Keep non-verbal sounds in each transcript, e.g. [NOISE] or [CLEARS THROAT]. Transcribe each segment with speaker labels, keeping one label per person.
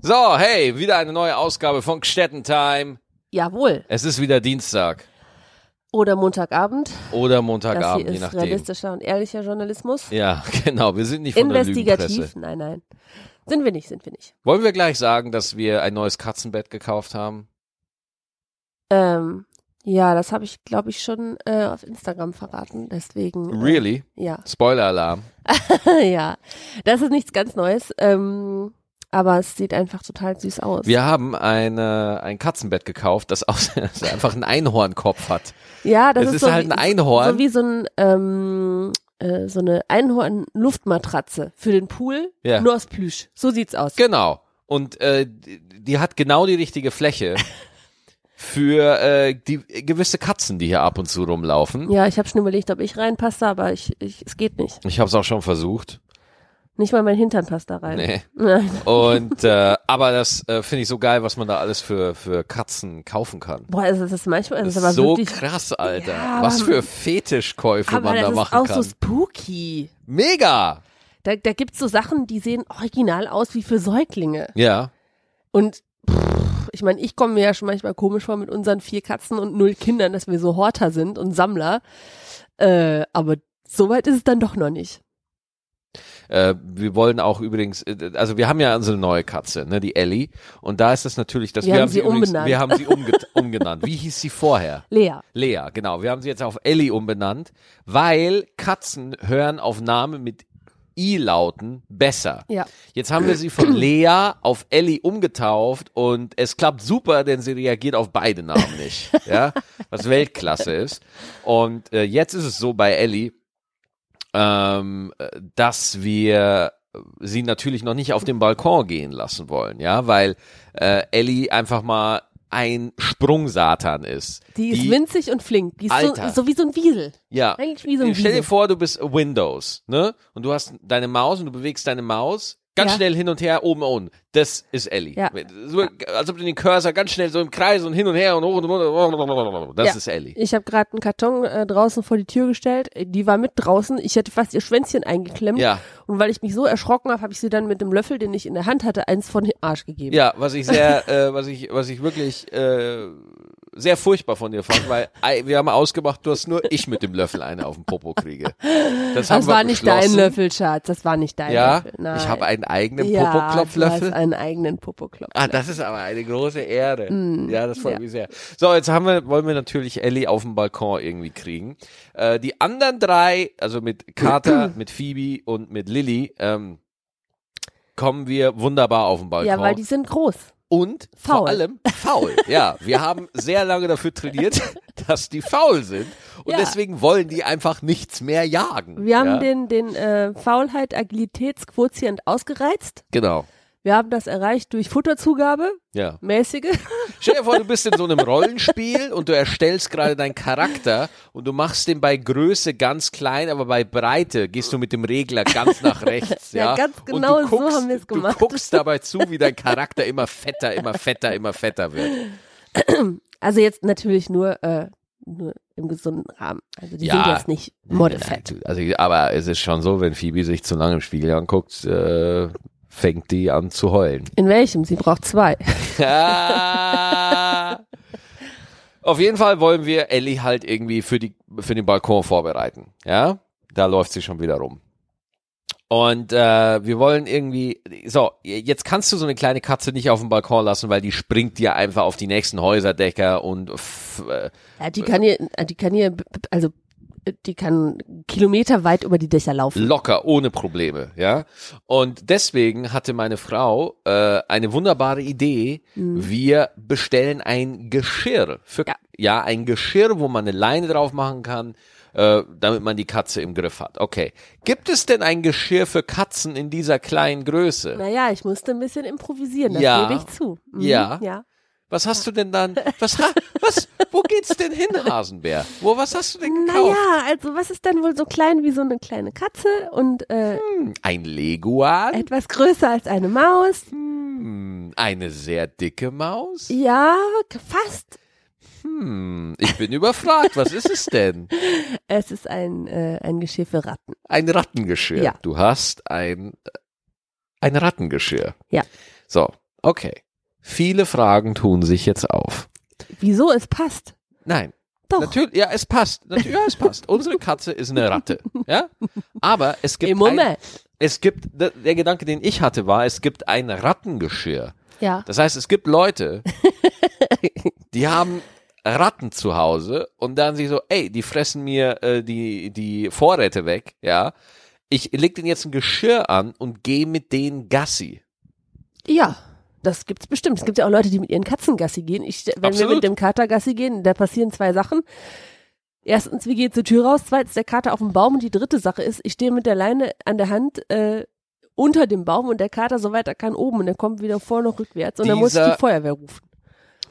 Speaker 1: So, hey, wieder eine neue Ausgabe von Gstetten Time.
Speaker 2: Jawohl.
Speaker 1: Es ist wieder Dienstag
Speaker 2: Oder Montagabend.
Speaker 1: oder
Speaker 2: Das hier
Speaker 1: Montagabend, je
Speaker 2: ist
Speaker 1: nachdem.
Speaker 2: realistischer und ehrlicher Journalismus.
Speaker 1: Ja, [LAUGHS] genau. Wir sind nicht von der
Speaker 2: Investigativ.
Speaker 1: Lügenpresse.
Speaker 2: Nein, nein. Sind wir nicht, sind wir nicht.
Speaker 1: Wollen wir gleich sagen, dass wir ein neues Katzenbett gekauft haben?
Speaker 2: Ähm, ja, das habe ich, glaube ich, schon äh, auf Instagram verraten. Deswegen. Äh,
Speaker 1: Really?
Speaker 2: Ja. [LAUGHS]
Speaker 1: Spoiler-Alarm.
Speaker 2: ja. Das ist nichts ganz Neues. Ähm, aber es sieht einfach total süß aus.
Speaker 1: Wir haben eine, ein Katzenbett gekauft, das, aus, [LAUGHS] das einfach einen Einhornkopf hat.
Speaker 2: ja, das
Speaker 1: es
Speaker 2: ist,
Speaker 1: ist
Speaker 2: so
Speaker 1: halt
Speaker 2: wie,
Speaker 1: ein Einhorn.
Speaker 2: So wie so ein ähm, äh, so eine Einhorn-Luftmatratze für den Pool,
Speaker 1: Ja.
Speaker 2: nur aus Plüsch. So sieht's aus.
Speaker 1: Genau. Und äh, die die hat genau die richtige Fläche für äh, die gewisse Katzen, die hier ab und zu rumlaufen.
Speaker 2: Ja, ich habe schon überlegt, ob ich reinpasse, aber ich, ich, es geht nicht.
Speaker 1: Ich habe es auch schon versucht.
Speaker 2: Nicht mal mein Hintern passt da rein.
Speaker 1: Nee.
Speaker 2: [LAUGHS] Nein.
Speaker 1: Und äh, aber das äh, finde ich so geil, was man da alles für für Katzen kaufen kann.
Speaker 2: Boah, also das ist manchmal, das
Speaker 1: Das
Speaker 2: ist aber
Speaker 1: ist so
Speaker 2: wirklich,
Speaker 1: krass, Alter.
Speaker 2: Ja,
Speaker 1: was
Speaker 2: aber-
Speaker 1: für Fetischkäufe
Speaker 2: aber
Speaker 1: man
Speaker 2: das
Speaker 1: da
Speaker 2: ist
Speaker 1: machen
Speaker 2: auch
Speaker 1: kann.
Speaker 2: so spooky.
Speaker 1: Mega.
Speaker 2: Da, da gibt's so Sachen, die sehen original aus wie für Säuglinge.
Speaker 1: Ja.
Speaker 2: Und pff, ich meine, ich komme mir ja schon manchmal komisch vor mit unseren vier Katzen und null Kindern, dass wir so Horter sind und Sammler. Äh, aber so weit ist es dann doch noch nicht.
Speaker 1: Äh, wir wollen auch übrigens, äh, also wir haben ja unsere neue Katze, ne, die Ellie. Und da ist es natürlich, dass wir,
Speaker 2: Wir haben sie
Speaker 1: übrigens,
Speaker 2: umbenannt.
Speaker 1: wir haben sie umge- umgenannt. Wie hieß sie vorher?
Speaker 2: Lea.
Speaker 1: Lea, genau. Wir haben sie jetzt auf Ellie umbenannt, weil Katzen hören auf Namen mit I-Lauten besser.
Speaker 2: Ja.
Speaker 1: Jetzt haben wir sie
Speaker 2: [CLEARS THROAT]
Speaker 1: von Lea auf Ellie umgetauft und es klappt super, denn sie reagiert auf beide Namen
Speaker 2: [LAUGHS]
Speaker 1: nicht. ja, was Weltklasse ist. Und äh, jetzt ist es so bei Ellie, ähm, äh, dass wir sie natürlich noch nicht auf den Balkon gehen lassen wollen, ja, weil äh, Ellie einfach mal ein Sprung-Satan ist.
Speaker 2: Die ist winzig und flink. Die ist so,
Speaker 1: Alter.
Speaker 2: so wie so ein Wiesel.
Speaker 1: Ja.
Speaker 2: Eigentlich wie so ein
Speaker 1: Stell dir
Speaker 2: Wiesel.
Speaker 1: vor, du bist Windows, ne? Und du hast deine Maus und du bewegst deine Maus ganz
Speaker 2: Ja.
Speaker 1: schnell hin und her, oben, unten. Das ist Ellie.
Speaker 2: Ja.
Speaker 1: So, als ob du den Cursor ganz schnell so im Kreis und hin und her und hoch und runter. Das
Speaker 2: Ja.
Speaker 1: ist Ellie.
Speaker 2: Ich habe gerade einen Karton äh, draußen vor die Tür gestellt. Äh, Die war mit draußen. Ich hätte fast ihr Schwänzchen eingeklemmt.
Speaker 1: Ja.
Speaker 2: Und weil ich mich so erschrocken habe, habe ich sie dann mit dem Löffel, den ich in der Hand hatte, eins von den Arsch gegeben.
Speaker 1: Ja, was ich sehr,
Speaker 2: [LAUGHS]
Speaker 1: äh, was ich, was ich wirklich äh, sehr furchtbar von dir fand, weil ei, wir haben ausgemacht, du hast nur ich mit dem Löffel eine auf den Popo kriege. Das, haben
Speaker 2: das
Speaker 1: wir
Speaker 2: war nicht dein
Speaker 1: beschlossen.
Speaker 2: Löffel, Schatz. Das war nicht dein
Speaker 1: Ja,
Speaker 2: Löffel. Nein.
Speaker 1: ich habe einen eigenen
Speaker 2: ja, Du
Speaker 1: Popoklopflöffel.
Speaker 2: hast einen eigenen Popoklopf.
Speaker 1: Ah, das ist aber eine große Ehre.
Speaker 2: Hm,
Speaker 1: ja, das freut mich sehr. So, jetzt haben wir, wollen wir natürlich Ellie auf dem Balkon irgendwie kriegen. Äh, die anderen drei, also mit
Speaker 2: [CLEARS THROAT]
Speaker 1: Carter, mit Phoebe und mit Lilly, ähm, kommen wir wunderbar auf den Balkon.
Speaker 2: Ja, weil die sind groß.
Speaker 1: und vor
Speaker 2: faul.
Speaker 1: allem faul. Ja, wir haben sehr lange dafür
Speaker 2: [LAUGHS]
Speaker 1: trainiert, dass die faul sind. Und
Speaker 2: Ja.
Speaker 1: deswegen wollen die einfach nichts mehr jagen.
Speaker 2: Wir haben
Speaker 1: ja,
Speaker 2: den, den äh, Faulheit-Agilitätsquotient ausgereizt.
Speaker 1: Genau.
Speaker 2: Wir haben das erreicht durch Futterzugabe,
Speaker 1: Ja.
Speaker 2: mäßige.
Speaker 1: Stell dir vor, du bist in so einem Rollenspiel und du erstellst gerade deinen Charakter und du machst den bei Größe ganz klein, aber bei Breite gehst du mit dem Regler ganz nach rechts. Ja,
Speaker 2: [LAUGHS] Ja, ganz
Speaker 1: und
Speaker 2: genau
Speaker 1: du
Speaker 2: so
Speaker 1: guckst,
Speaker 2: haben wir es gemacht.
Speaker 1: Du guckst dabei zu, wie dein Charakter immer fetter, immer fetter, immer fetter
Speaker 2: [LAUGHS]
Speaker 1: wird.
Speaker 2: Also jetzt natürlich nur, äh, nur im gesunden Rahmen. Also die
Speaker 1: Ja.
Speaker 2: sind jetzt nicht modelfett.
Speaker 1: Also, aber es ist schon so, wenn Phoebe sich zu lange im Spiegel anguckt, äh, fängt die an zu heulen.
Speaker 2: In welchem? Sie braucht zwei.
Speaker 1: Ah. [LAUGHS] Auf jeden Fall wollen wir Ellie halt irgendwie für, die, für den Balkon vorbereiten. Ja, da läuft sie schon wieder rum. Und äh, wir wollen irgendwie, so, jetzt kannst du so eine kleine Katze nicht auf dem Balkon lassen, weil die springt dir einfach auf die nächsten Häuserdecker und f- äh,
Speaker 2: Ja, die kann hier, die kann hier, also die kann kilometerweit über die Dächer laufen.
Speaker 1: locker, ohne Probleme, ja. Und deswegen hatte meine Frau äh, eine wunderbare Idee. Wir bestellen ein Geschirr. Für, ja.
Speaker 2: Ja.
Speaker 1: ein Geschirr, wo man eine Leine drauf machen kann, äh, damit man die Katze im Griff hat. Okay. Gibt es denn ein Geschirr für Katzen in dieser kleinen Größe?
Speaker 2: Naja, ich musste ein bisschen improvisieren, das
Speaker 1: Ja.
Speaker 2: gebe ich zu. Mhm,
Speaker 1: Ja.
Speaker 2: ja.
Speaker 1: Was hast du denn dann? Was, ha- was, wo geht's denn hin, Hasenbär? Wo, was hast du denn gekauft?
Speaker 2: Naja, also was ist dann wohl so klein wie so eine kleine Katze und äh,
Speaker 1: Ein Leguan?
Speaker 2: etwas größer als eine Maus?
Speaker 1: Hm, eine sehr dicke Maus?
Speaker 2: Ja, fast.
Speaker 1: Hm, ich bin überfragt. Was ist es denn?
Speaker 2: Es ist ein, äh, ein Geschirr für Ratten.
Speaker 1: Ein Rattengeschirr.
Speaker 2: Ja.
Speaker 1: Du hast ein, ein äh, Rattengeschirr.
Speaker 2: Ja.
Speaker 1: So, Okay. Viele Fragen tun sich jetzt auf.
Speaker 2: Wieso? Es passt.
Speaker 1: Nein.
Speaker 2: Doch.
Speaker 1: Natürlich, ja, es passt. Natürlich, ja, es passt. Unsere Katze ist eine Ratte. Ja? Aber es gibt.
Speaker 2: Im Moment.
Speaker 1: Ein, es gibt, der der Gedanke, den ich hatte, war, es gibt ein Rattengeschirr.
Speaker 2: Ja.
Speaker 1: Das heißt, es gibt Leute, die haben Ratten zu Hause und dann sie so, ey, die fressen mir äh, die, die Vorräte weg, ja. Ich leg denen jetzt ein Geschirr an und gehe mit denen Gassi.
Speaker 2: Ja, das gibt's bestimmt. Es gibt ja auch Leute, die mit ihren Katzen Gassi gehen. Ich, wenn wir
Speaker 1: Absolut.
Speaker 2: mit dem Kater Gassi gehen, da passieren zwei Sachen. Erstens, wir gehen zur Tür raus. Zweitens, der Kater auf dem Baum. Und die dritte Sache ist, ich stehe mit der Leine an der Hand äh, unter dem Baum und der Kater so weit er kann oben und er kommt wieder vor noch rückwärts und dann muss ich
Speaker 1: Dieser-
Speaker 2: die Feuerwehr rufen.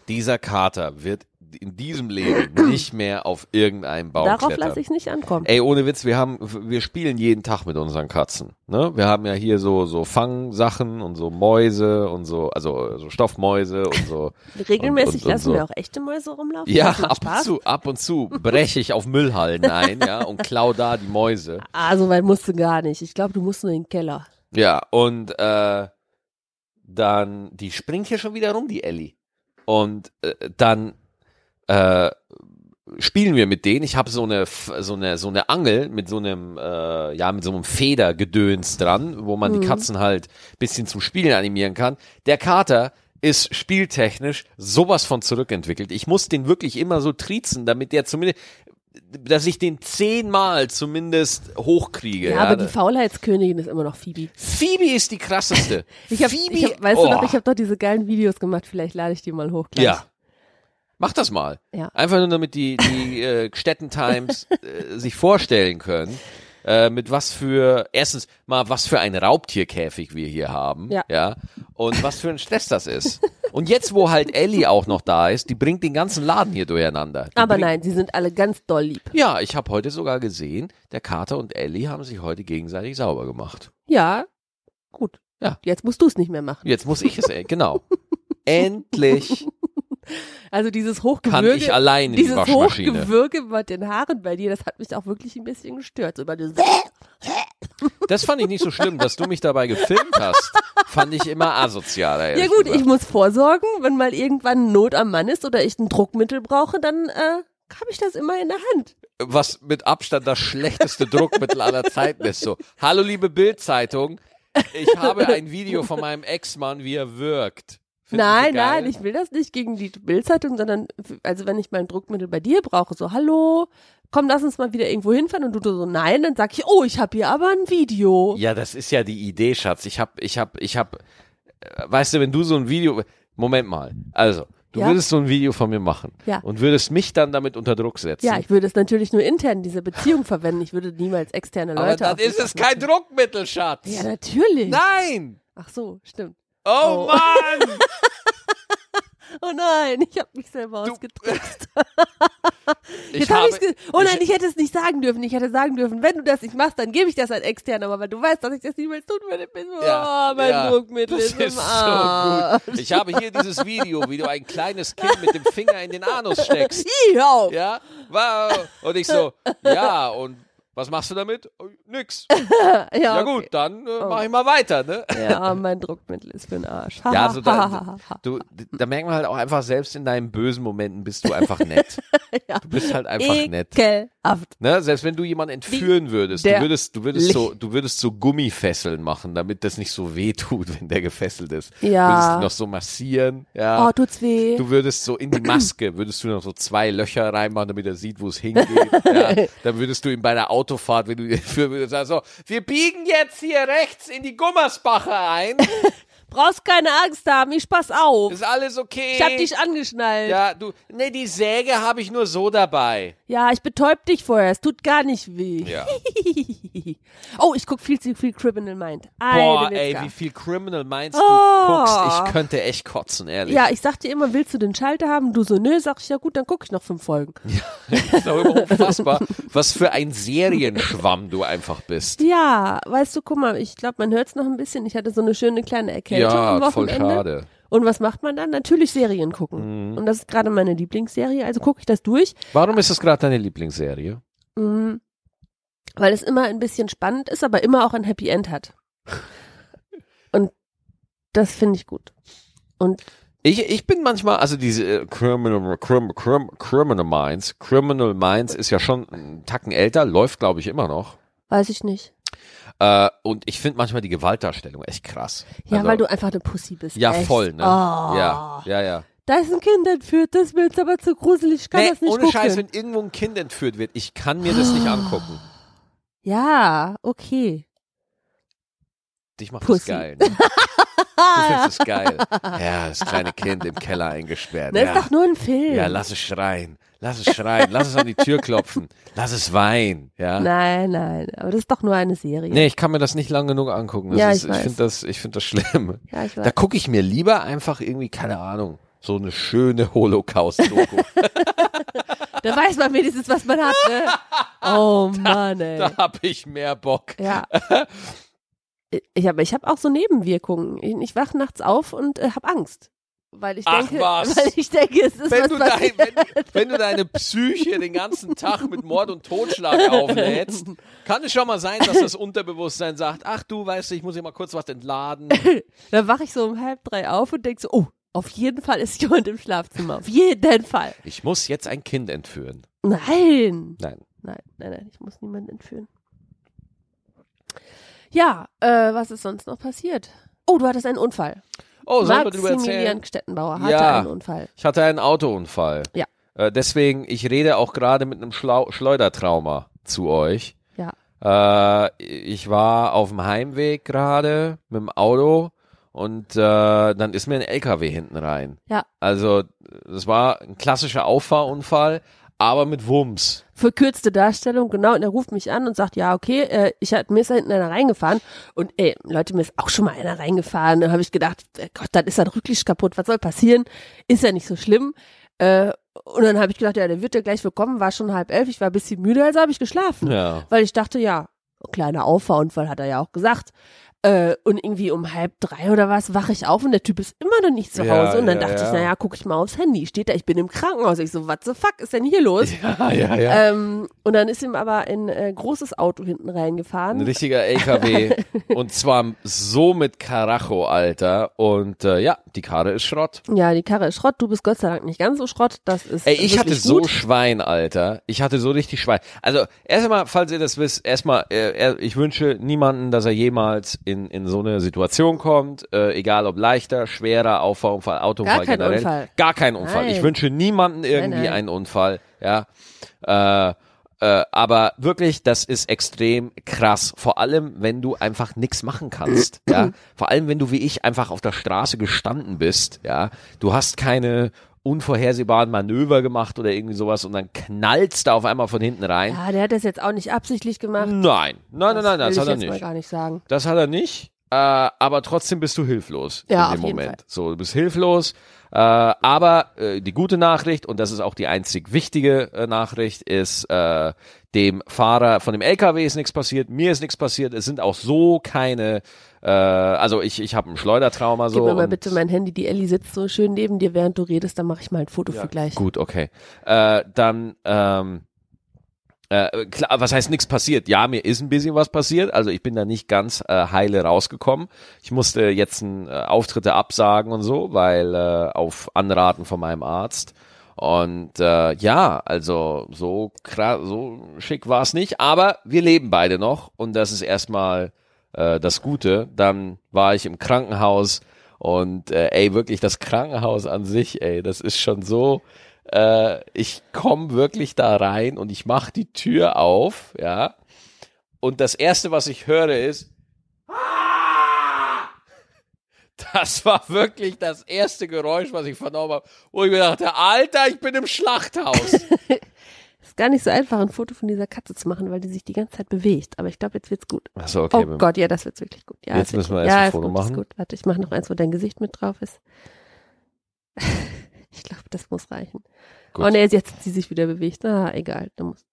Speaker 1: Dieser Kater wird in diesem Leben nicht mehr auf irgendeinem Baum
Speaker 2: Darauf
Speaker 1: klettern.
Speaker 2: lasse ich nicht ankommen.
Speaker 1: Ey, ohne Witz, wir haben, wir spielen jeden Tag mit unseren Katzen. Ne? Wir haben ja hier so, so Fangsachen und so Mäuse und so, also so Stoffmäuse und so.
Speaker 2: Regelmäßig
Speaker 1: und- und
Speaker 2: lassen
Speaker 1: so.
Speaker 2: wir auch echte Mäuse rumlaufen.
Speaker 1: Ja,
Speaker 2: das macht
Speaker 1: ab und
Speaker 2: Spaß.
Speaker 1: zu, ab und zu breche ich auf Müllhallen ein, ja, und klau da die Mäuse.
Speaker 2: Ah, so weit musst du gar nicht. Ich glaube, du musst nur in den Keller.
Speaker 1: Ja, und äh, dann, die springt hier schon wieder rum, die Ellie. Und äh, dann äh, spielen wir mit denen. Ich habe so eine, F- so eine, so eine Angel mit so einem, äh, ja, mit so einem Federgedöns dran, wo man
Speaker 2: Mhm.
Speaker 1: die Katzen halt ein bisschen zum Spielen animieren kann. Der Kater ist spieltechnisch sowas von zurückentwickelt. Ich muss den wirklich immer so triezen, damit der zumindest, dass ich den zehnmal zumindest hochkriege.
Speaker 2: Ja, aber die Faulheitskönigin ist immer noch Phoebe.
Speaker 1: Phoebe ist die krasseste.
Speaker 2: [LAUGHS] Ich hab,
Speaker 1: Phoebe,
Speaker 2: ich hab, weißt
Speaker 1: oh.
Speaker 2: du noch, ich habe doch diese geilen Videos gemacht. Vielleicht lade ich die mal hoch. Gleich.
Speaker 1: Ja. Mach das mal.
Speaker 2: Ja.
Speaker 1: Einfach nur, damit die, die äh,
Speaker 2: [LAUGHS]
Speaker 1: Städtentimes äh, sich vorstellen können, äh, mit was für, erstens mal, was für ein Raubtierkäfig wir hier haben.
Speaker 2: Ja.
Speaker 1: ja. Und was für ein Stress das ist. Und jetzt, wo halt Ellie auch noch da ist, die bringt den ganzen Laden hier durcheinander. Die
Speaker 2: Aber
Speaker 1: bringt,
Speaker 2: nein, sie sind alle ganz doll lieb.
Speaker 1: Ja, ich habe heute sogar gesehen, der Kater und Ellie haben sich heute gegenseitig sauber gemacht.
Speaker 2: Ja, gut.
Speaker 1: Ja.
Speaker 2: Jetzt musst du es nicht mehr machen.
Speaker 1: Jetzt muss ich es, äh,
Speaker 2: [LAUGHS]
Speaker 1: genau. Endlich
Speaker 2: Also dieses
Speaker 1: kann
Speaker 2: Hochgewürge,
Speaker 1: ich allein in die
Speaker 2: dieses
Speaker 1: Waschmaschine.
Speaker 2: Hochgewürge mit den Haaren bei dir, das hat mich auch wirklich ein bisschen gestört. So über dieses
Speaker 1: Das fand ich nicht so schlimm, dass du mich dabei gefilmt hast. Fand ich immer asozial. ehrlich
Speaker 2: ja gut, ich
Speaker 1: gesagt.
Speaker 2: muss vorsorgen, wenn mal irgendwann Not am Mann ist oder ich ein Druckmittel brauche, dann äh, habe ich das immer in der Hand.
Speaker 1: Was mit Abstand das schlechteste Druckmittel aller Zeiten ist. So, hallo liebe Bildzeitung, ich habe ein Video von meinem Ex-Mann, wie er wirkt. Finden Sie
Speaker 2: nein,
Speaker 1: geil?
Speaker 2: nein, ich will das nicht gegen die Bildzeitung, sondern f- also wenn ich mal ein Druckmittel bei dir brauche, so hallo, komm, lass uns mal wieder irgendwo hinfahren und du so nein, dann sag ich, oh, ich habe hier aber ein Video.
Speaker 1: Ja, das ist ja die Idee, Schatz. Ich hab, ich hab, ich hab. äh, Weißt du, wenn du so ein Video. Moment mal. Also, du
Speaker 2: Ja.
Speaker 1: würdest so ein Video von mir machen
Speaker 2: Ja.
Speaker 1: und würdest mich dann damit unter Druck setzen.
Speaker 2: Ja, ich würde es natürlich nur intern in
Speaker 1: [LAUGHS]
Speaker 2: dieser Beziehung verwenden. Ich würde niemals externe
Speaker 1: Aber
Speaker 2: Leute.
Speaker 1: dann
Speaker 2: auf die
Speaker 1: ist es
Speaker 2: Sachen-
Speaker 1: kein Druckmittel, Schatz.
Speaker 2: Ja, natürlich.
Speaker 1: Nein!
Speaker 2: Ach so, stimmt.
Speaker 1: Oh,
Speaker 2: Oh.
Speaker 1: Mann!
Speaker 2: Oh nein, ich habe mich selber
Speaker 1: Du- äh,
Speaker 2: ausgedrückt.
Speaker 1: Ich
Speaker 2: [LAUGHS] Jetzt habe
Speaker 1: habe-
Speaker 2: ich's ge Oh nein,
Speaker 1: ich-
Speaker 2: ich hätte es nicht sagen dürfen. Ich hätte sagen dürfen, wenn du das nicht machst, dann gebe ich das an extern. Aber weil du weißt, dass ich das niemals tun würde, bin
Speaker 1: Ja,
Speaker 2: oh, mein
Speaker 1: ja,
Speaker 2: Druckmittel
Speaker 1: das
Speaker 2: ist im
Speaker 1: ist
Speaker 2: Arsch.
Speaker 1: so gut. Ich habe hier dieses Video, wie du ein kleines Kind mit dem Finger in den Anus steckst.
Speaker 2: Ih, hör auf.
Speaker 1: Ja? Wow. Und ich so, ja, und was machst du damit?
Speaker 2: [LAUGHS]
Speaker 1: Nix.
Speaker 2: Ja,
Speaker 1: Ja
Speaker 2: okay. Oh.
Speaker 1: gut, dann äh, mache ich mal weiter, ne?
Speaker 2: [LAUGHS] Ja, mein Druckmittel ist für den Arsch. Ha,
Speaker 1: Ja,
Speaker 2: ha,
Speaker 1: also
Speaker 2: [LAUGHS]
Speaker 1: da,
Speaker 2: ha, ha, ha.
Speaker 1: du, da merkt man halt auch einfach, selbst in deinen bösen Momenten bist du einfach nett.
Speaker 2: [LAUGHS] Ja.
Speaker 1: Du bist halt einfach nett.
Speaker 2: Ekelhaft.
Speaker 1: Ne, selbst wenn du jemanden entführen würdest, du
Speaker 2: der
Speaker 1: würdest, du würdest
Speaker 2: Lich.
Speaker 1: so, du würdest so Gummifesseln machen, damit das nicht so weh tut, [LAUGHS] wenn der gefesselt ist.
Speaker 2: Ja.
Speaker 1: Würdest du noch so massieren, ja.
Speaker 2: Oh, tut's weh.
Speaker 1: Ah. du würdest so in die Maske, würdest du noch so zwei Löcher reinmachen, damit er sieht, wo es hingeht. ja.
Speaker 2: [LAUGHS]
Speaker 1: Dann würdest du ihm bei der Autofahrt, wenn du ihn entführen würdest, sagen so, wir biegen jetzt hier rechts in die Gummersbache ein,
Speaker 2: Brauchst keine Angst haben, ich pass auf.
Speaker 1: ist alles okay.
Speaker 2: Ich hab dich angeschnallt. Ja,
Speaker 1: ja, du, nee, die Säge habe ich nur so dabei.
Speaker 2: ich betäub dich vorher. Es tut gar nicht weh.
Speaker 1: Ja.
Speaker 2: [LAUGHS] oh, ich guck viel zu viel Criminal Mind. Alter
Speaker 1: Boah, ey,
Speaker 2: Witzka.
Speaker 1: wie viel Criminal meinst du
Speaker 2: Oh.
Speaker 1: guckst? Ich könnte echt kotzen, ehrlich.
Speaker 2: ja, ich sag dir immer, willst du den Schalter haben? Du so, nö, sag ich, ja gut, dann guck ich noch fünf Folgen.
Speaker 1: Das ist doch immer unfassbar, was für ein Serienschwamm du einfach bist.
Speaker 2: Ja, weißt du, guck mal, ich glaube, man hört's noch ein bisschen. Ich hatte so eine schöne kleine Erkältung am
Speaker 1: ja, voll
Speaker 2: Wochenende.
Speaker 1: schade.
Speaker 2: Und was macht man dann? Natürlich Serien gucken.
Speaker 1: Mhm.
Speaker 2: Und das ist gerade meine Lieblingsserie, also gucke ich das durch.
Speaker 1: Warum ist das gerade deine Lieblingsserie?
Speaker 2: Mm, weil es immer ein bisschen spannend
Speaker 1: [LAUGHS]
Speaker 2: ist, aber immer auch ein Happy End hat. Und das finde ich gut. Und
Speaker 1: Ich, ich bin manchmal, also diese äh, Criminal, Crim, Crim, Criminal Minds, Criminal Minds ist ja schon einen Tacken älter, läuft glaube ich immer noch.
Speaker 2: weiß ich nicht.
Speaker 1: Äh, und ich finde manchmal die Gewaltdarstellung echt krass.
Speaker 2: Ja,
Speaker 1: Also-
Speaker 2: weil du einfach eine Pussy bist.
Speaker 1: Ja,
Speaker 2: echt.
Speaker 1: voll, ne?
Speaker 2: Oh.
Speaker 1: Ja, ja, ja.
Speaker 2: Da ist ein Kind entführt, das ist mir jetzt aber zu gruselig, ich kann
Speaker 1: Nee,
Speaker 2: das nicht
Speaker 1: ohne
Speaker 2: gucken.
Speaker 1: Scheiß, wenn irgendwo ein Kind entführt wird, ich kann mir das nicht angucken.
Speaker 2: ja, okay.
Speaker 1: Dich macht
Speaker 2: Pussy.
Speaker 1: das geil. Ne? Du findest es geil. Ja, das kleine Kind im Keller eingesperrt.
Speaker 2: Das
Speaker 1: ja.
Speaker 2: ist doch nur ein Film.
Speaker 1: ja, lass es schreien. Lass es schreien. Lass es an die Tür klopfen. Lass es weinen. Ja.
Speaker 2: nein, nein, aber das ist doch nur eine Serie.
Speaker 1: Nee, ich kann mir das nicht lang genug angucken. Das
Speaker 2: Ja,
Speaker 1: ist,
Speaker 2: ich
Speaker 1: ich
Speaker 2: weiß.
Speaker 1: finde das, ich finde das schlimm.
Speaker 2: Ja, ich
Speaker 1: Da
Speaker 2: weiß.
Speaker 1: gucke ich mir lieber einfach irgendwie, keine Ahnung, so eine schöne
Speaker 2: [LAUGHS]
Speaker 1: Holocaust-Doku.
Speaker 2: Da weiß man wenigstens, was man hat,
Speaker 1: [LAUGHS]
Speaker 2: ne? Oh Mann, ey.
Speaker 1: da hab ich mehr Bock.
Speaker 2: Ja. [LAUGHS] Ich habe ich hab auch so Nebenwirkungen. Ich, ich wache nachts auf und äh, habe Angst. Weil ich
Speaker 1: Ach,
Speaker 2: denke,
Speaker 1: was?
Speaker 2: [LAUGHS] weil ich denke, es ist
Speaker 1: Wenn
Speaker 2: was
Speaker 1: du,
Speaker 2: passiert.
Speaker 1: dein, wenn, wenn du deine Psyche den ganzen Tag mit Mord und Totschlag auflädst, kann es schon mal sein, dass das Unterbewusstsein sagt, ach du, weißt du, ich muss hier mal kurz was entladen.
Speaker 2: [LAUGHS] Dann wache ich so um halb drei auf und denke so, oh, auf jeden Fall ist [LAUGHS] jemand im Schlafzimmer. Auf jeden Fall.
Speaker 1: Ich muss jetzt ein Kind entführen.
Speaker 2: Nein.
Speaker 1: Nein.
Speaker 2: Nein, nein, nein, ich muss niemanden entführen. Ja, äh, was ist sonst noch passiert? Oh, du hattest einen Unfall.
Speaker 1: Oh, sollen wir drüber
Speaker 2: Maximilian
Speaker 1: erzählen?
Speaker 2: Stettenbauer hatte
Speaker 1: Ja.
Speaker 2: einen Unfall.
Speaker 1: Ich hatte einen Autounfall.
Speaker 2: Ja.
Speaker 1: Äh, deswegen, ich rede auch gerade mit einem Schlau Schleudertrauma zu euch.
Speaker 2: Ja.
Speaker 1: Äh, ich war auf dem Heimweg gerade mit dem Auto und äh, dann ist mir ein LKW hinten rein.
Speaker 2: Ja.
Speaker 1: Also, das war ein klassischer Auffahrunfall, aber mit Wumms.
Speaker 2: verkürzte Darstellung, genau, und er ruft mich an und sagt, ja, okay, äh, ich hat, mir ist da hinten einer reingefahren und ey, Leute, mir ist auch schon mal einer reingefahren, da habe ich gedacht, äh, Gott, dann ist er rücklicht kaputt, was soll passieren, ist ja nicht so schlimm, äh, und dann habe ich gedacht, ja, der wird ja gleich willkommen, war schon halb elf, ich war ein bisschen müde, also habe ich geschlafen, [LAUGHS]
Speaker 1: Ja.
Speaker 2: weil ich dachte, ja, kleiner Auffahrunfall, hat er ja auch gesagt, äh, und irgendwie um halb drei oder was wache ich auf und der Typ ist immer noch nicht zu Hause.
Speaker 1: Ja,
Speaker 2: und dann
Speaker 1: ja,
Speaker 2: dachte ich,
Speaker 1: ja.
Speaker 2: naja, gucke ich mal aufs Handy. Steht da, ich bin im Krankenhaus. Ich so, what the fuck ist denn hier los?
Speaker 1: Ja, ja, ja.
Speaker 2: Ähm, und dann ist ihm aber ein äh, großes Auto hinten
Speaker 1: Ein
Speaker 2: reingefahren.
Speaker 1: richtiger
Speaker 2: [LAUGHS]
Speaker 1: LKW. und zwar so mit Karacho, Alter. Und äh, ja, die Karre ist Schrott.
Speaker 2: ja, die Karre ist Schrott. Du bist Gott sei Dank nicht ganz so Schrott. Das ist
Speaker 1: Ey, ich hatte
Speaker 2: wirklich
Speaker 1: so
Speaker 2: gut.
Speaker 1: Schwein, Alter. Ich hatte so richtig Schwein. Also, erstmal, falls ihr das wisst, erstmal, äh, er- ich wünsche niemanden, dass er jemals in, in so eine Situation kommt, äh, egal ob leichter, schwerer, Auffahrunfall, Autounfall
Speaker 2: Gar kein
Speaker 1: generell.
Speaker 2: Unfall.
Speaker 1: Gar kein Unfall.
Speaker 2: Nein.
Speaker 1: Ich wünsche niemanden irgendwie
Speaker 2: nein.
Speaker 1: einen Unfall, ja. Äh, äh, aber wirklich, das ist extrem krass. Vor allem, wenn du einfach nichts machen
Speaker 2: [CLEARS THROAT]
Speaker 1: kannst. ja. Vor allem, wenn du wie ich einfach auf der Straße gestanden bist. Ja. Du hast keine unvorhersehbaren Manöver gemacht oder irgendwie sowas und dann knallst du auf einmal von hinten rein.
Speaker 2: Ja, der hat das jetzt auch nicht absichtlich gemacht.
Speaker 1: Nein, nein, nein, nein, das,
Speaker 2: will
Speaker 1: hat
Speaker 2: ich
Speaker 1: er
Speaker 2: jetzt mal
Speaker 1: nicht.
Speaker 2: gar nicht sagen.
Speaker 1: Das hat er nicht. Äh, aber trotzdem bist du hilflos
Speaker 2: Ja,
Speaker 1: in dem
Speaker 2: auf jeden
Speaker 1: Moment.
Speaker 2: Fall.
Speaker 1: So, du bist hilflos. Äh, aber äh, die gute Nachricht, und das ist auch die einzig wichtige äh, Nachricht, ist, äh, dem Fahrer von dem LKW ist nichts passiert, mir ist nichts passiert, es sind auch so keine, äh, also ich, ich habe ein Schleudertrauma so.
Speaker 2: Gib mir mal
Speaker 1: und-
Speaker 2: bitte mein Handy. Die Ellie sitzt so schön neben dir, während du redest. Dann mache ich mal ein Foto für gleich.
Speaker 1: Gut, okay. Äh, dann, ähm, äh, klar, was heißt nichts passiert? Ja, mir ist ein bisschen was passiert. Also ich bin da nicht ganz äh, heile rausgekommen. Ich musste jetzt ein, äh, Auftritte absagen und so, weil äh, auf Anraten von meinem Arzt. Und äh, ja, also so kra so schick war es nicht. Aber wir leben beide noch und das ist erstmal äh, das Gute. Dann war ich im Krankenhaus und äh, ey, wirklich das Krankenhaus an sich, ey, das ist schon so. Äh, ich komme wirklich da rein und ich mache die Tür auf, ja. Und das erste, was ich höre, ist. [LAUGHS] "Ah!" Das war wirklich das erste Geräusch, was ich vernommen habe, wo ich mir dachte, Alter, ich bin im Schlachthaus. [LAUGHS]
Speaker 2: Ist gar nicht so einfach, ein Foto von dieser Katze zu machen, weil die sich die ganze Zeit bewegt. Aber ich glaube, jetzt wird's gut.
Speaker 1: Achso, okay.
Speaker 2: oh Gott, ja, das wird's wirklich gut. Ja,
Speaker 1: Jetzt
Speaker 2: ist wirklich
Speaker 1: müssen wir
Speaker 2: gut.
Speaker 1: erst
Speaker 2: ja,
Speaker 1: ein
Speaker 2: ist
Speaker 1: Foto
Speaker 2: gut, Ist
Speaker 1: machen.
Speaker 2: gut. Warte, ich mache noch eins, wo dein Gesicht mit drauf ist. [LAUGHS] ich glaube, das muss reichen.
Speaker 1: Gut.
Speaker 2: Oh nee, jetzt hat sie sich wieder bewegt. Ah, egal. Da muss.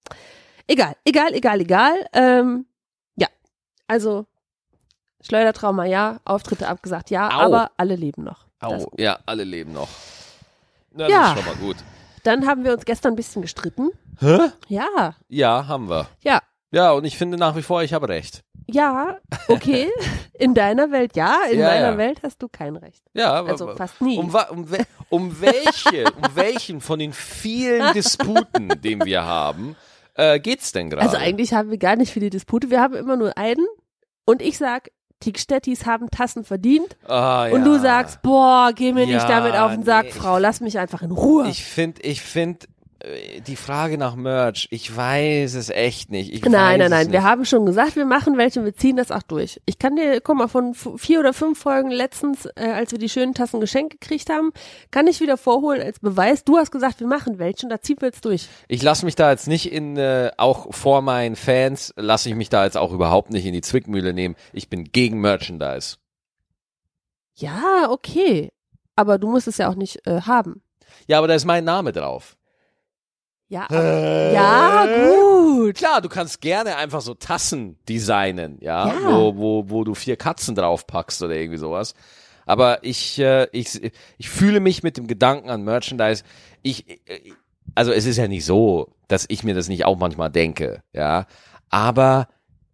Speaker 2: Egal, egal, egal, egal. Ähm, ja, also Schleudertrauma ja, Auftritte abgesagt ja,
Speaker 1: Au.
Speaker 2: aber alle leben noch. Das-
Speaker 1: Au, ja, alle leben noch. Na,
Speaker 2: Ja.
Speaker 1: das ist schon mal gut.
Speaker 2: Dann haben wir uns gestern ein bisschen gestritten.
Speaker 1: Hä?
Speaker 2: Ja,
Speaker 1: Ja, haben wir.
Speaker 2: ja,
Speaker 1: Ja, und ich finde nach wie vor, ich habe recht.
Speaker 2: Ja,
Speaker 1: [LAUGHS]
Speaker 2: okay. In deiner Welt ja, in
Speaker 1: Ja,
Speaker 2: meiner
Speaker 1: ja.
Speaker 2: Welt hast du kein Recht.
Speaker 1: Ja,
Speaker 2: Also
Speaker 1: wa-
Speaker 2: fast nie.
Speaker 1: Um, wa- um, we- um welche, um welchen von den vielen Disputen, den wir haben, äh, geht's denn gerade?
Speaker 2: Also eigentlich haben wir gar nicht viele Dispute. Wir haben immer nur einen. Und ich sag, die Gstettis haben Tassen verdient.
Speaker 1: Ah,
Speaker 2: Und
Speaker 1: ja.
Speaker 2: du sagst, boah, geh mir
Speaker 1: Ja,
Speaker 2: nicht damit auf den Sack,
Speaker 1: nee, ich-
Speaker 2: Frau, lass mich einfach in Ruhe.
Speaker 1: Ich finde, ich finde die Frage nach Merch, ich weiß es echt nicht. Ich weiß
Speaker 2: nein, nein, nein.
Speaker 1: es
Speaker 2: Wir
Speaker 1: nicht.
Speaker 2: haben schon gesagt, wir machen welche, wir ziehen das auch durch. Ich kann dir, guck mal, von f- vier oder fünf Folgen letztens, äh, als wir die schönen Tassen geschenkt gekriegt haben, kann ich wieder vorholen als Beweis. Du hast gesagt, wir machen welche und da ziehen wir jetzt durch.
Speaker 1: Ich lasse mich da jetzt nicht in, äh, auch vor meinen Fans, lasse ich mich da jetzt auch überhaupt nicht in die Zwickmühle nehmen. Ich bin gegen Merchandise.
Speaker 2: Ja, okay. Aber du musst es ja auch nicht äh, haben.
Speaker 1: Ja, aber da ist mein Name drauf.
Speaker 2: Ja, aber, ja, gut.
Speaker 1: Klar, du kannst gerne einfach so Tassen designen, ja,
Speaker 2: Ja.
Speaker 1: Wo, wo, wo du vier Katzen draufpackst oder irgendwie sowas. Aber ich, äh, ich, ich fühle mich mit dem Gedanken an Merchandise. Ich, äh, also es ist ja nicht so, dass ich mir das nicht auch manchmal denke, ja. Aber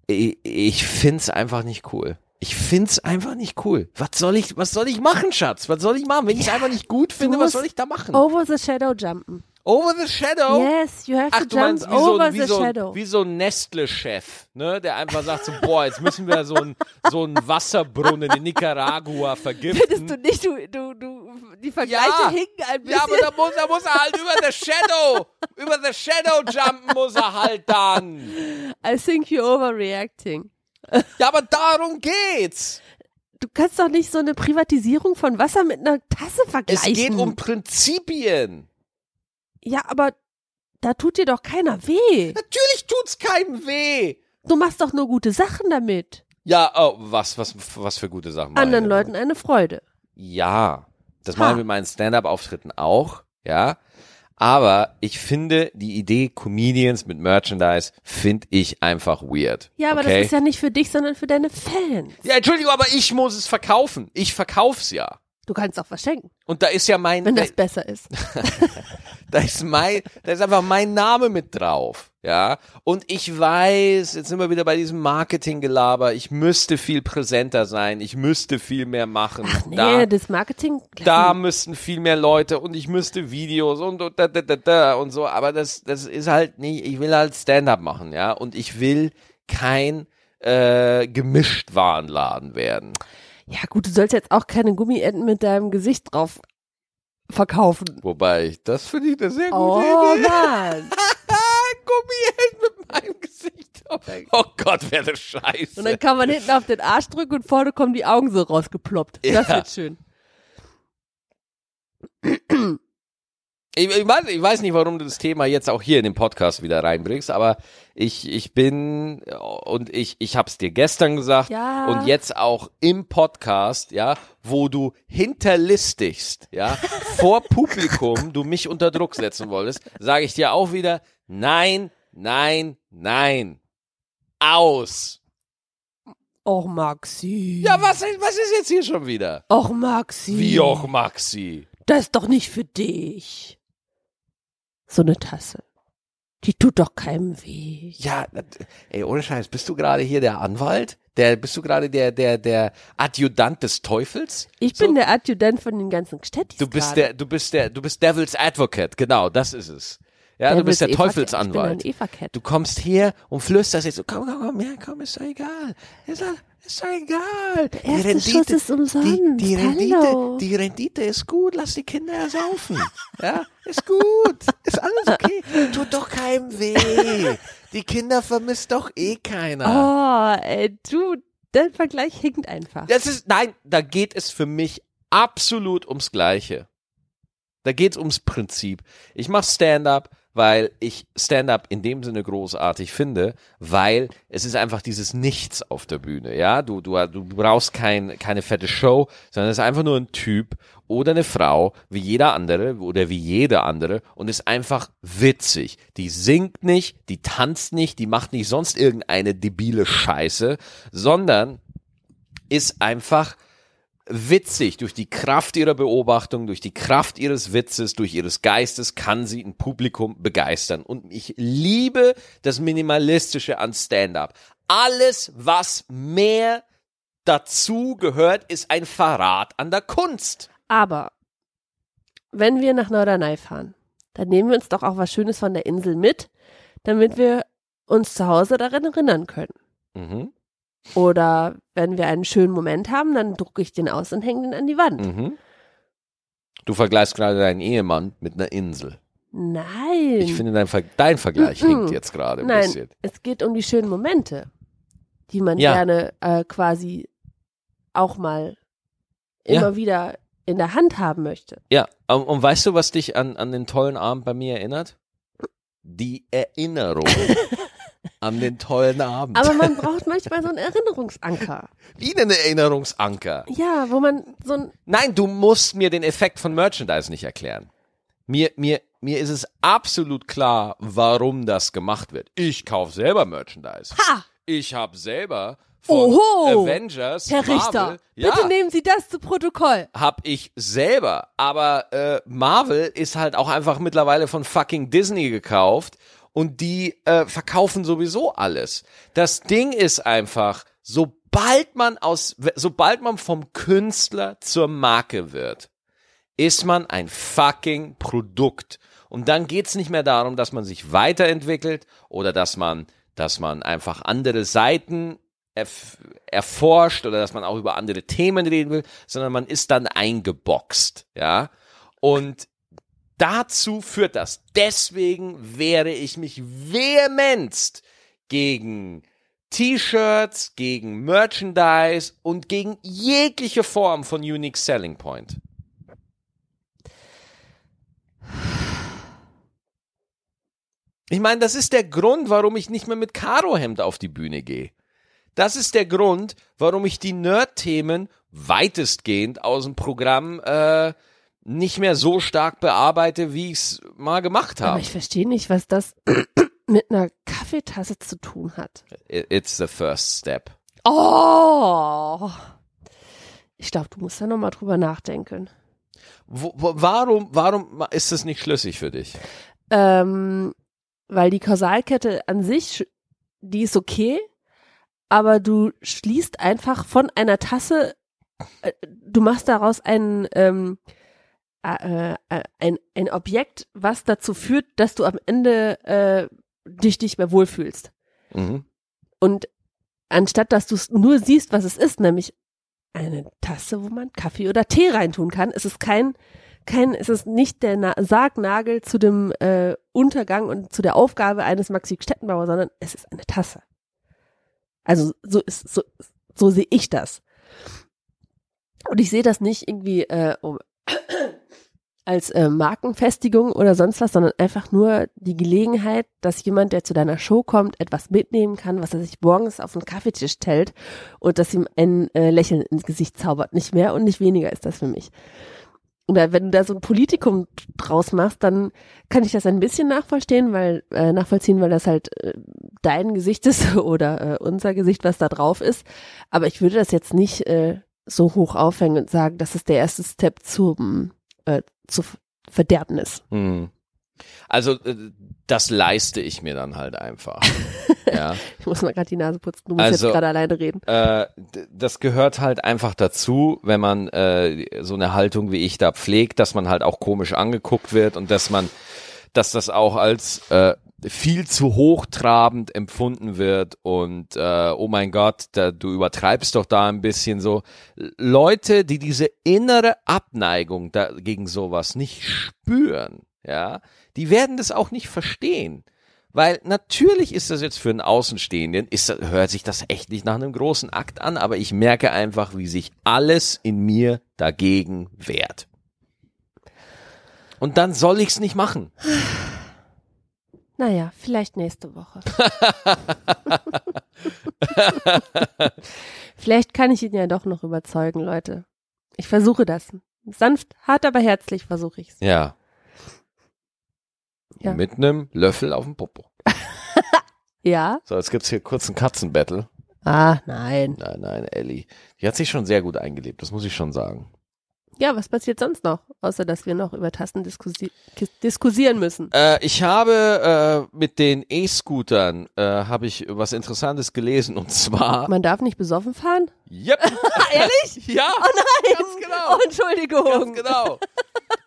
Speaker 1: ich, ich find's einfach nicht cool. Ich find's einfach nicht cool. Was soll ich, was soll ich machen, Schatz? Was soll ich machen? Wenn ich's einfach nicht gut finde, was
Speaker 2: musst Oh.
Speaker 1: soll ich da machen?
Speaker 2: Over the shadow jumpen.
Speaker 1: Over the shadow?
Speaker 2: Yes, you have
Speaker 1: Ach,
Speaker 2: to
Speaker 1: du
Speaker 2: jump
Speaker 1: meinst wie so,
Speaker 2: over
Speaker 1: ein- wie
Speaker 2: the
Speaker 1: so,
Speaker 2: shadow.
Speaker 1: ein-
Speaker 2: [LAUGHS]
Speaker 1: wie so ein Nestle-Chef, ne? der einfach sagt so, boah, jetzt müssen wir so einen so einen Wasserbrunnen in Nicaragua vergiften.
Speaker 2: Findest du nicht, du, du, du, die Vergleiche
Speaker 1: Ja.
Speaker 2: hinken ein bisschen.
Speaker 1: ja, aber da muss, da muss er halt über the shadow, über the shadow jumpen muss er halt dann.
Speaker 2: I think you're overreacting.
Speaker 1: Ja, aber darum geht's.
Speaker 2: Du kannst doch nicht so eine Privatisierung von Wasser mit einer Tasse
Speaker 1: Es
Speaker 2: vergleichen.
Speaker 1: geht um Prinzipien.
Speaker 2: Ja, aber da tut dir doch keiner weh.
Speaker 1: Natürlich tut's keinem weh.
Speaker 2: Du machst doch nur gute Sachen damit.
Speaker 1: Ja, oh, was, was, was für gute Sachen. meine.
Speaker 2: Anderen Leuten eine Freude.
Speaker 1: Ja, das
Speaker 2: Ha.
Speaker 1: mache ich mit meinen Stand-up-Auftritten auch, ja. Aber ich finde die Idee Comedians mit Merchandise finde ich einfach weird.
Speaker 2: Ja, aber
Speaker 1: okay?
Speaker 2: das ist ja nicht für dich, sondern für deine Fans.
Speaker 1: ja, Entschuldigung, aber ich muss es verkaufen. Ich verkauf's ja.
Speaker 2: Du kannst auch verschenken,
Speaker 1: Und da ist ja mein,
Speaker 2: wenn
Speaker 1: da,
Speaker 2: das besser
Speaker 1: [LAUGHS]
Speaker 2: ist.
Speaker 1: da ist mein, da ist einfach mein Name mit drauf, ja. Und ich weiß, jetzt sind wir wieder bei diesem Marketinggelaber. Ich müsste viel präsenter sein. Ich müsste viel mehr machen.
Speaker 2: Ach nee,
Speaker 1: da,
Speaker 2: das Marketing.
Speaker 1: da
Speaker 2: Hm.
Speaker 1: müssten viel mehr Leute und ich müsste Videos und und da, da, da, da und so, aber das das ist halt nicht, ich will halt Stand-up machen, ja, und ich will kein äh, gemischt Warenladen werden.
Speaker 2: Ja gut, du sollst jetzt auch keine Gummienten mit deinem Gesicht drauf verkaufen.
Speaker 1: Wobei ich das finde ich eine sehr gute
Speaker 2: Oh
Speaker 1: [LAUGHS] Idee.
Speaker 2: Mann.
Speaker 1: Gummihelm mit meinem Gesicht. auf. Oh Gott, wäre das scheiße.
Speaker 2: Und dann kann man hinten auf den Arsch drücken und vorne kommen die Augen so rausgeploppt. Das
Speaker 1: Ja.
Speaker 2: wird schön.
Speaker 1: Ich, ich, weiß, ich weiß nicht, warum du das Thema jetzt auch hier in den Podcast wieder reinbringst, aber ich, ich bin und ich, ich habe es dir gestern gesagt
Speaker 2: Ja.
Speaker 1: und jetzt auch im Podcast, ja, wo du hinterlistigst, ja, [LAUGHS] vor Publikum du mich unter Druck setzen wolltest, sage ich dir auch wieder, nein, nein, nein. Aus.
Speaker 2: Och Maxi.
Speaker 1: Ja, was, was ist jetzt hier schon wieder?
Speaker 2: Och Maxi.
Speaker 1: Wie auch Maxi.
Speaker 2: Das ist doch nicht für dich. So eine Tasse. Die tut doch keinem weh.
Speaker 1: Ja, das- ey, ohne Scheiß, bist du gerade hier der Anwalt? Der, bist du gerade der, der, der Adjutant des Teufels?
Speaker 2: Ich
Speaker 1: So,
Speaker 2: bin der Adjutant von den ganzen Gstettis
Speaker 1: Du bist
Speaker 2: gerade.
Speaker 1: der, du bist der, du bist Devil's Advocate, genau, das ist es. Ja, du
Speaker 2: Devil's
Speaker 1: bist der
Speaker 2: Eva-Cat. Ich
Speaker 1: Teufelsanwalt.
Speaker 2: bin ein Eva-Cat.
Speaker 1: Du kommst hier und flüsterst jetzt so, komm, komm, komm, ja, komm, ist doch egal. Ist doch, ist doch egal. Der
Speaker 2: erste Schuss ist umsonst.
Speaker 1: Die, die, Rendite,
Speaker 2: Hallo.
Speaker 1: die Rendite ist gut, lass die Kinder ersaufen. ja, ist gut. Ist alles okay. Tut doch keinem weh. Die Kinder vermisst doch eh keiner.
Speaker 2: Oh, ey, du, der Vergleich hinkt einfach.
Speaker 1: Das ist, nein, da geht es für mich absolut ums Gleiche. Da geht es ums Prinzip. Ich mache Stand-up, weil ich Stand-up in dem Sinne großartig finde, weil es ist einfach dieses Nichts auf der Bühne. Ja, du, du, du brauchst kein, keine fette Show, sondern es ist einfach nur ein Typ oder eine Frau, wie jeder andere oder wie jede andere und ist einfach witzig. Die singt nicht, die tanzt nicht, die macht nicht sonst irgendeine debile Scheiße, sondern ist einfach witzig. Durch die Kraft ihrer Beobachtung, durch die Kraft ihres Witzes, durch ihres Geistes kann sie ein Publikum begeistern. Und ich liebe das Minimalistische an Stand-up. Alles, was mehr dazu gehört, ist ein Verrat an der Kunst.
Speaker 2: Aber wenn wir nach Norderney fahren, dann nehmen wir uns doch auch was Schönes von der Insel mit, damit wir uns zu Hause daran erinnern können.
Speaker 1: Mhm.
Speaker 2: Oder wenn wir einen schönen Moment haben, dann drucke ich den aus und hänge den an die Wand.
Speaker 1: Mhm. Du vergleichst gerade deinen Ehemann mit einer Insel.
Speaker 2: Nein.
Speaker 1: Mhm. Ich finde, dein, Ver dein Vergleich
Speaker 2: Mhm.
Speaker 1: hinkt jetzt gerade ein
Speaker 2: Hm. Nein,
Speaker 1: bisschen.
Speaker 2: es geht um die schönen Momente, die man
Speaker 1: Ja.
Speaker 2: gerne äh, quasi auch mal
Speaker 1: Ja.
Speaker 2: immer wieder in der Hand haben möchte.
Speaker 1: Ja, und, und weißt du, was dich an, an den tollen Abend bei mir erinnert? Die
Speaker 2: [LAUGHS]
Speaker 1: Erinnerung an den tollen Abend.
Speaker 2: Aber man braucht manchmal
Speaker 1: [LAUGHS]
Speaker 2: so einen Erinnerungsanker.
Speaker 1: Wie denn ein Erinnerungsanker?
Speaker 2: Ja, wo man so ein
Speaker 1: Nein, du musst mir den Effekt von Merchandise nicht erklären. Mir, mir, mir ist es absolut klar, warum das gemacht wird. Ich kaufe selber Merchandise.
Speaker 2: Ha!
Speaker 1: Ich habe selber von
Speaker 2: Oho!
Speaker 1: Avengers,
Speaker 2: Herr Richter,
Speaker 1: Marvel, ja,
Speaker 2: bitte nehmen Sie das zu Protokoll.
Speaker 1: hab ich selber. Aber äh, Marvel ist halt auch einfach mittlerweile von fucking Disney gekauft und die äh, verkaufen sowieso alles. Das Ding ist einfach, sobald man aus, sobald man vom Künstler zur Marke wird, ist man ein fucking Produkt. Und dann geht's nicht mehr darum, dass man sich weiterentwickelt oder dass man, dass man einfach andere Seiten erf erforscht oder dass man auch über andere Themen reden will, sondern man ist dann eingeboxt, ja. Und dazu führt das. Deswegen wehre ich mich vehementst gegen T-Shirts, gegen Merchandise und gegen jegliche Form von Unique Selling Point. Ich meine, das ist der Grund, warum ich nicht mehr mit Karohemd auf die Bühne gehe. Das ist der Grund, warum ich die Nerd-Themen weitestgehend aus dem Programm äh, nicht mehr so stark bearbeite, wie ich es mal gemacht
Speaker 2: Aber
Speaker 1: habe.
Speaker 2: ich verstehe nicht, was das [CLEARS THROAT] mit einer Kaffeetasse zu tun hat.
Speaker 1: I- It's the first step.
Speaker 2: Oh! Ich glaube, du musst da nochmal drüber nachdenken.
Speaker 1: Wo, wo, warum, warum ma- ist es nicht schlüssig für dich?
Speaker 2: ähm, weil die Kausalkette an sich, sch- die ist okay, aber du schließt einfach von einer Tasse, äh, du machst daraus ein, ähm, äh, äh, ein, ein Objekt, was dazu führt, dass du am Ende äh, dich nicht mehr wohlfühlst.
Speaker 1: Mhm.
Speaker 2: Und anstatt, dass du es nur siehst, was es ist, nämlich eine Tasse, wo man Kaffee oder Tee reintun kann, ist es kein, kein, ist es nicht der Na Sargnagel zu dem äh, Untergang und zu der Aufgabe eines Maxi Stettenbauer, sondern es ist eine Tasse. Also so ist so, so sehe ich das. Und ich sehe das nicht irgendwie äh, um, als äh, Markenfestigung oder sonst was, sondern einfach nur die Gelegenheit, dass jemand, der zu deiner Show kommt, etwas mitnehmen kann, was er sich morgens auf den Kaffeetisch stellt und das ihm ein äh, Lächeln ins Gesicht zaubert. Nicht mehr und nicht weniger ist das für mich. Und da- wenn du da so ein Politikum draus machst, dann kann ich das ein bisschen nachvollziehen, weil äh, nachvollziehen, weil das halt äh, dein Gesicht ist [LAUGHS] oder äh, unser Gesicht, was da drauf ist. Aber ich würde das jetzt nicht äh, so hoch aufhängen und sagen, das ist der erste Step zum äh, zu F- Verderbnis.
Speaker 1: Mhm. Also, äh, das leiste ich mir dann halt [LAUGHS] einfach. ja.
Speaker 2: Ich muss mal gerade die Nase putzen. Du musst
Speaker 1: Also-
Speaker 2: jetzt gerade alleine reden.
Speaker 1: Äh, d- das gehört halt einfach dazu, wenn man äh, so eine Haltung wie ich da pflegt, dass man halt auch komisch angeguckt wird und dass man, dass das auch als äh, viel zu hochtrabend empfunden wird und äh, oh mein Gott, da, du übertreibst doch da ein bisschen so. Leute, die diese innere Abneigung da, gegen sowas nicht spüren, ja, die werden das auch nicht verstehen. Weil natürlich ist das jetzt für einen Außenstehenden, ist, das- hört sich das echt nicht nach einem großen Akt an, aber ich merke einfach, wie sich alles in mir dagegen wehrt. Und dann soll ich's nicht machen.
Speaker 2: Naja, vielleicht
Speaker 1: [LAUGHS]
Speaker 2: nächste Woche. [LAUGHS] vielleicht kann ich ihn ja doch noch überzeugen, Leute. Ich versuche das. Sanft, hart, aber herzlich versuche ich's.
Speaker 1: Ja.
Speaker 2: Ja.
Speaker 1: Mit einem Löffel auf dem Popo.
Speaker 2: Ja?
Speaker 1: So, jetzt gibt's hier kurz ein Katzenbattle.
Speaker 2: Ah, nein.
Speaker 1: Nein, nein, Ellie. Die hat sich schon sehr gut eingelebt, das muss ich schon sagen.
Speaker 2: Ja, was passiert sonst noch? Außer, dass wir noch über Tasten diskussi kis- diskusieren müssen.
Speaker 1: Äh, ich habe äh, mit den E-Scootern äh, habe ich was Interessantes gelesen und zwar.
Speaker 2: Man darf nicht besoffen fahren?
Speaker 1: Yep.
Speaker 2: [LAUGHS] Ehrlich?
Speaker 1: [LAUGHS] ja.
Speaker 2: Oh nein!
Speaker 1: Ganz genau.
Speaker 2: Oh, Entschuldigung.
Speaker 1: Ganz genau.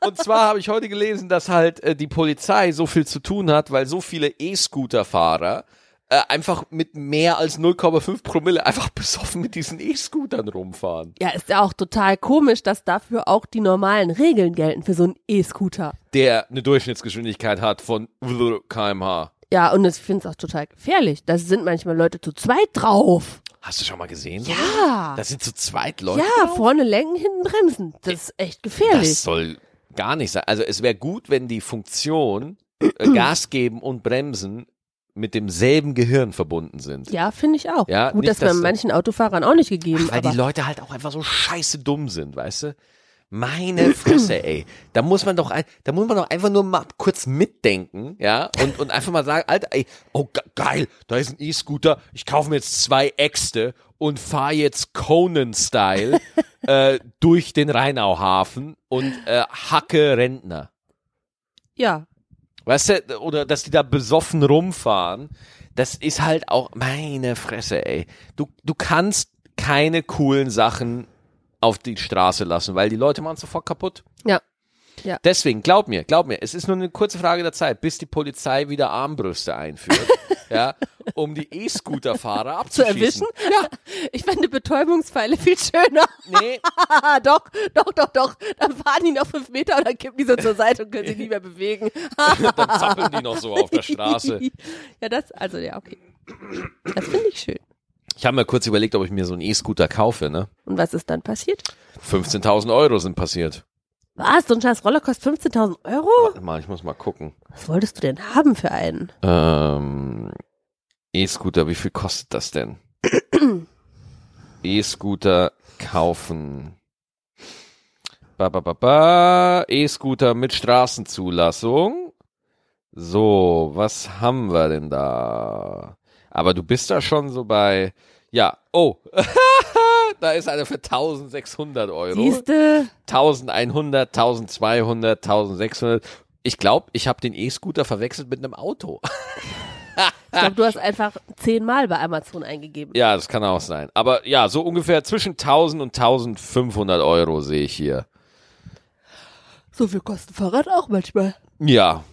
Speaker 1: Und zwar habe ich heute gelesen, dass halt äh, die Polizei so viel zu tun hat, weil so viele E-Scooter-Fahrer äh, einfach mit mehr als 0,5 Promille einfach besoffen mit diesen E-Scootern rumfahren.
Speaker 2: Ja, ist ja auch total komisch, dass dafür auch die normalen Regeln gelten für so einen E-Scooter.
Speaker 1: Der eine Durchschnittsgeschwindigkeit hat von kmh.
Speaker 2: Ja, und ich finde es auch total gefährlich. Da sind manchmal Leute zu zweit drauf.
Speaker 1: Hast du schon mal gesehen?
Speaker 2: Ja.
Speaker 1: Das sind zu zweit Leute.
Speaker 2: Ja, vorne lenken, hinten bremsen. Das ist echt gefährlich.
Speaker 1: Das soll gar nicht sein. Also es wäre gut, wenn die Funktion äh, Gas geben und Bremsen mit demselben Gehirn verbunden sind.
Speaker 2: ja, finde ich auch.
Speaker 1: Ja,
Speaker 2: Gut,
Speaker 1: nicht,
Speaker 2: das wäre
Speaker 1: dass-
Speaker 2: manchen Autofahrern auch nicht gegeben.
Speaker 1: Weil
Speaker 2: aber
Speaker 1: die Leute halt auch einfach so scheiße dumm sind, weißt du? Meine Fresse, ey. Da muss man doch, ein- da muss man doch einfach nur mal kurz mitdenken, ja, und, und einfach mal sagen, Alter, ey, oh ge- geil, da ist ein E-Scooter, ich kaufe mir jetzt zwei Äxte und fahre jetzt Conan-Style äh, durch den Rheinauhafen und äh, hacke Rentner.
Speaker 2: ja,
Speaker 1: Weißt du, oder dass die da besoffen rumfahren, das ist halt auch meine Fresse, ey. Du, du kannst keine coolen Sachen auf die Straße lassen, weil die Leute machen sofort kaputt.
Speaker 2: ja.
Speaker 1: Deswegen, glaub mir, glaub mir, es ist nur eine kurze Frage der Zeit, bis die Polizei wieder Armbrüste
Speaker 2: [LAUGHS]
Speaker 1: einführt, ja, um die E-Scooter-Fahrer
Speaker 2: Zu
Speaker 1: abzuschießen.
Speaker 2: erwischen? Ja. Ich fände Betäubungspfeile viel schöner. [LAUGHS]
Speaker 1: Nee,
Speaker 2: Ah, doch, doch, doch, doch. Dann fahren die noch fünf Meter und dann kippen die so zur Seite und können sich nicht mehr bewegen.
Speaker 1: dann zappeln die noch so [LAUGHS] auf der Straße.
Speaker 2: [LAUGHS] ja, das, also ja, okay. Das finde ich schön.
Speaker 1: Ich habe mir kurz überlegt, ob ich mir so einen E-Scooter kaufe, ne?
Speaker 2: Und was ist dann passiert?
Speaker 1: 15.000 Euro sind passiert.
Speaker 2: Was? So ein scheiß Roller kostet 15.000 Euro?
Speaker 1: Warte mal, ich muss mal gucken.
Speaker 2: Was wolltest du denn haben für einen?
Speaker 1: Ähm, E-Scooter, wie viel kostet das denn? E-Scooter kaufen. Ba, ba, ba, ba. E-Scooter mit Straßenzulassung. So, was haben wir denn da? Aber du bist da schon so bei, ja, oh, [LAUGHS] da ist einer für 1600 Euro.
Speaker 2: Siehste?
Speaker 1: 1100, 1200, 1600. Ich glaube, ich habe den E-Scooter verwechselt mit einem Auto.
Speaker 2: Ich glaube,
Speaker 1: Ah.
Speaker 2: du hast einfach zehnmal bei Amazon eingegeben.
Speaker 1: Ja, das kann auch sein. Aber ja, so ungefähr zwischen 1000 und 1500 Euro sehe ich hier.
Speaker 2: So viel kostet ein Fahrrad auch manchmal.
Speaker 1: Ja.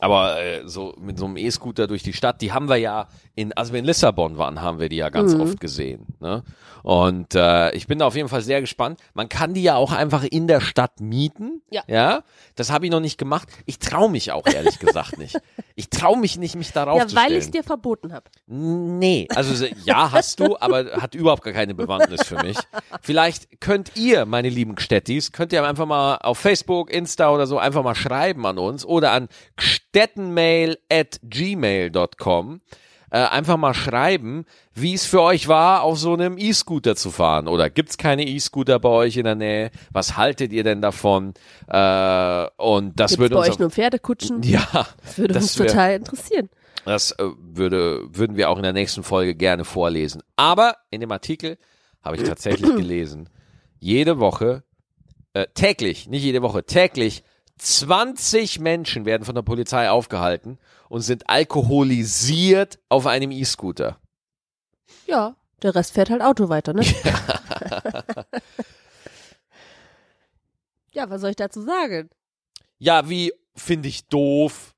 Speaker 1: Aber äh, so mit so einem E-Scooter durch die Stadt, die haben wir ja in, als wir in Lissabon waren, haben wir die ja
Speaker 2: Mhm.
Speaker 1: ganz oft gesehen. Ne? Und äh, ich bin da auf jeden Fall sehr gespannt. Man kann die ja auch einfach in der Stadt mieten.
Speaker 2: Ja.
Speaker 1: ja? Das habe ich noch nicht gemacht. Ich traue mich auch ehrlich gesagt
Speaker 2: [LAUGHS]
Speaker 1: nicht. Ich traue mich nicht, mich darauf
Speaker 2: Ja,
Speaker 1: zu stellen.
Speaker 2: weil ich es dir verboten habe.
Speaker 1: Nee, also se- ja, hast
Speaker 2: [LAUGHS]
Speaker 1: du, aber hat überhaupt gar keine Bewandtnis für mich. Vielleicht könnt ihr, meine lieben Gstettis, könnt ihr einfach mal auf Facebook, Insta oder so einfach mal schreiben an uns oder an gstettenmail at gmail.com. Äh, einfach mal schreiben, wie es für euch war, auf so einem E-Scooter zu fahren. Oder gibt's keine E-Scooter bei euch in der Nähe? Was haltet ihr denn davon? Äh, und das
Speaker 2: Gibt
Speaker 1: würde
Speaker 2: bei
Speaker 1: uns.
Speaker 2: euch nur
Speaker 1: [LAUGHS]
Speaker 2: Pferdekutschen?
Speaker 1: ja,
Speaker 2: Das würde uns
Speaker 1: wär-
Speaker 2: total interessieren.
Speaker 1: das äh, würde, würden wir auch in der nächsten Folge gerne vorlesen. Aber in dem Artikel habe ich
Speaker 2: [CLEARS THROAT]
Speaker 1: tatsächlich gelesen, jede Woche, äh, täglich, nicht jede Woche, täglich 20 Menschen werden von der Polizei aufgehalten und sind alkoholisiert auf einem E-Scooter.
Speaker 2: Ja, der Rest fährt halt Auto weiter, ne? Ja. [LAUGHS] was soll ich dazu sagen?
Speaker 1: Ja, wie finde ich doof?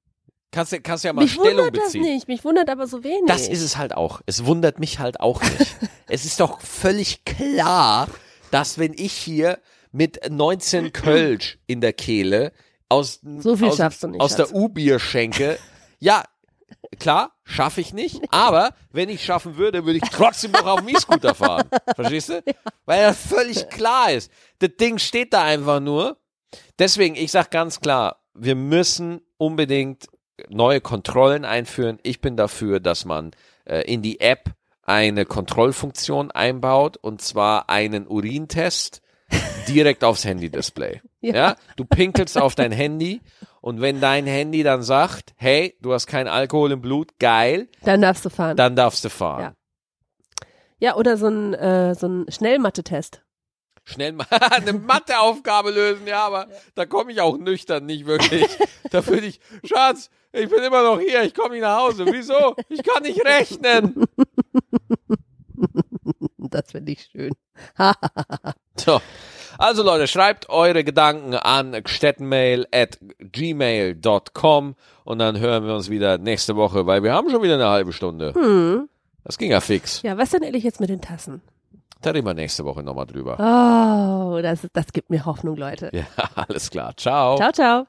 Speaker 1: Kannst, du- kannst du ja mal
Speaker 2: mich
Speaker 1: Stellung
Speaker 2: wundert das
Speaker 1: beziehen.
Speaker 2: nicht, mich wundert aber so wenig.
Speaker 1: Das ist es halt auch. Es wundert mich halt auch
Speaker 2: [LAUGHS]
Speaker 1: nicht. es ist doch völlig klar, dass wenn ich hier mit 19 Kölsch in der Kehle aus,
Speaker 2: So viel
Speaker 1: aus,
Speaker 2: schaffst du nicht,
Speaker 1: aus der
Speaker 2: Schatz.
Speaker 1: U-Bier schenke, ja, klar, schaffe ich
Speaker 2: [LAUGHS]
Speaker 1: nicht, aber wenn ich schaffen würde, würde ich trotzdem noch auf dem E-Scooter
Speaker 2: [LAUGHS]
Speaker 1: fahren. Verstehst du? Weil das völlig klar ist. Das Ding steht da einfach nur. Deswegen, ich sag ganz klar, wir müssen unbedingt neue Kontrollen einführen. Ich bin dafür, dass man äh, in die App eine Kontrollfunktion einbaut und zwar einen Urintest direkt aufs Handy-Display.
Speaker 2: Ja.
Speaker 1: Ja. du pinkelst auf dein Handy und wenn dein Handy dann sagt, hey, du hast keinen Alkohol im Blut, geil,
Speaker 2: Dann darfst du fahren.
Speaker 1: dann darfst du fahren.
Speaker 2: Ja. ja, oder so ein, äh, so ein Schnellmathe-Test.
Speaker 1: schnell mal [LAUGHS] eine Matheaufgabe lösen, ja, aber da komme ich auch nüchtern nicht [LAUGHS] wirklich. Da würde ich, Schatz, ich bin immer noch hier, ich komme nicht nach Hause. Wieso? Ich kann nicht rechnen.
Speaker 2: Das finde ich schön.
Speaker 1: [LAUGHS] So. Also Leute, schreibt eure Gedanken an gstettenmail at gmail.com und dann hören wir uns wieder nächste Woche, weil wir haben schon wieder eine halbe Stunde. Das ging ja fix.
Speaker 2: Ja, was denn ehrlich jetzt mit den Tassen?
Speaker 1: Da reden wir nächste Woche nochmal drüber.
Speaker 2: Oh, das, das gibt mir Hoffnung, Leute.
Speaker 1: Ja, [LAUGHS] alles klar. Ciao.
Speaker 2: Ciao, ciao.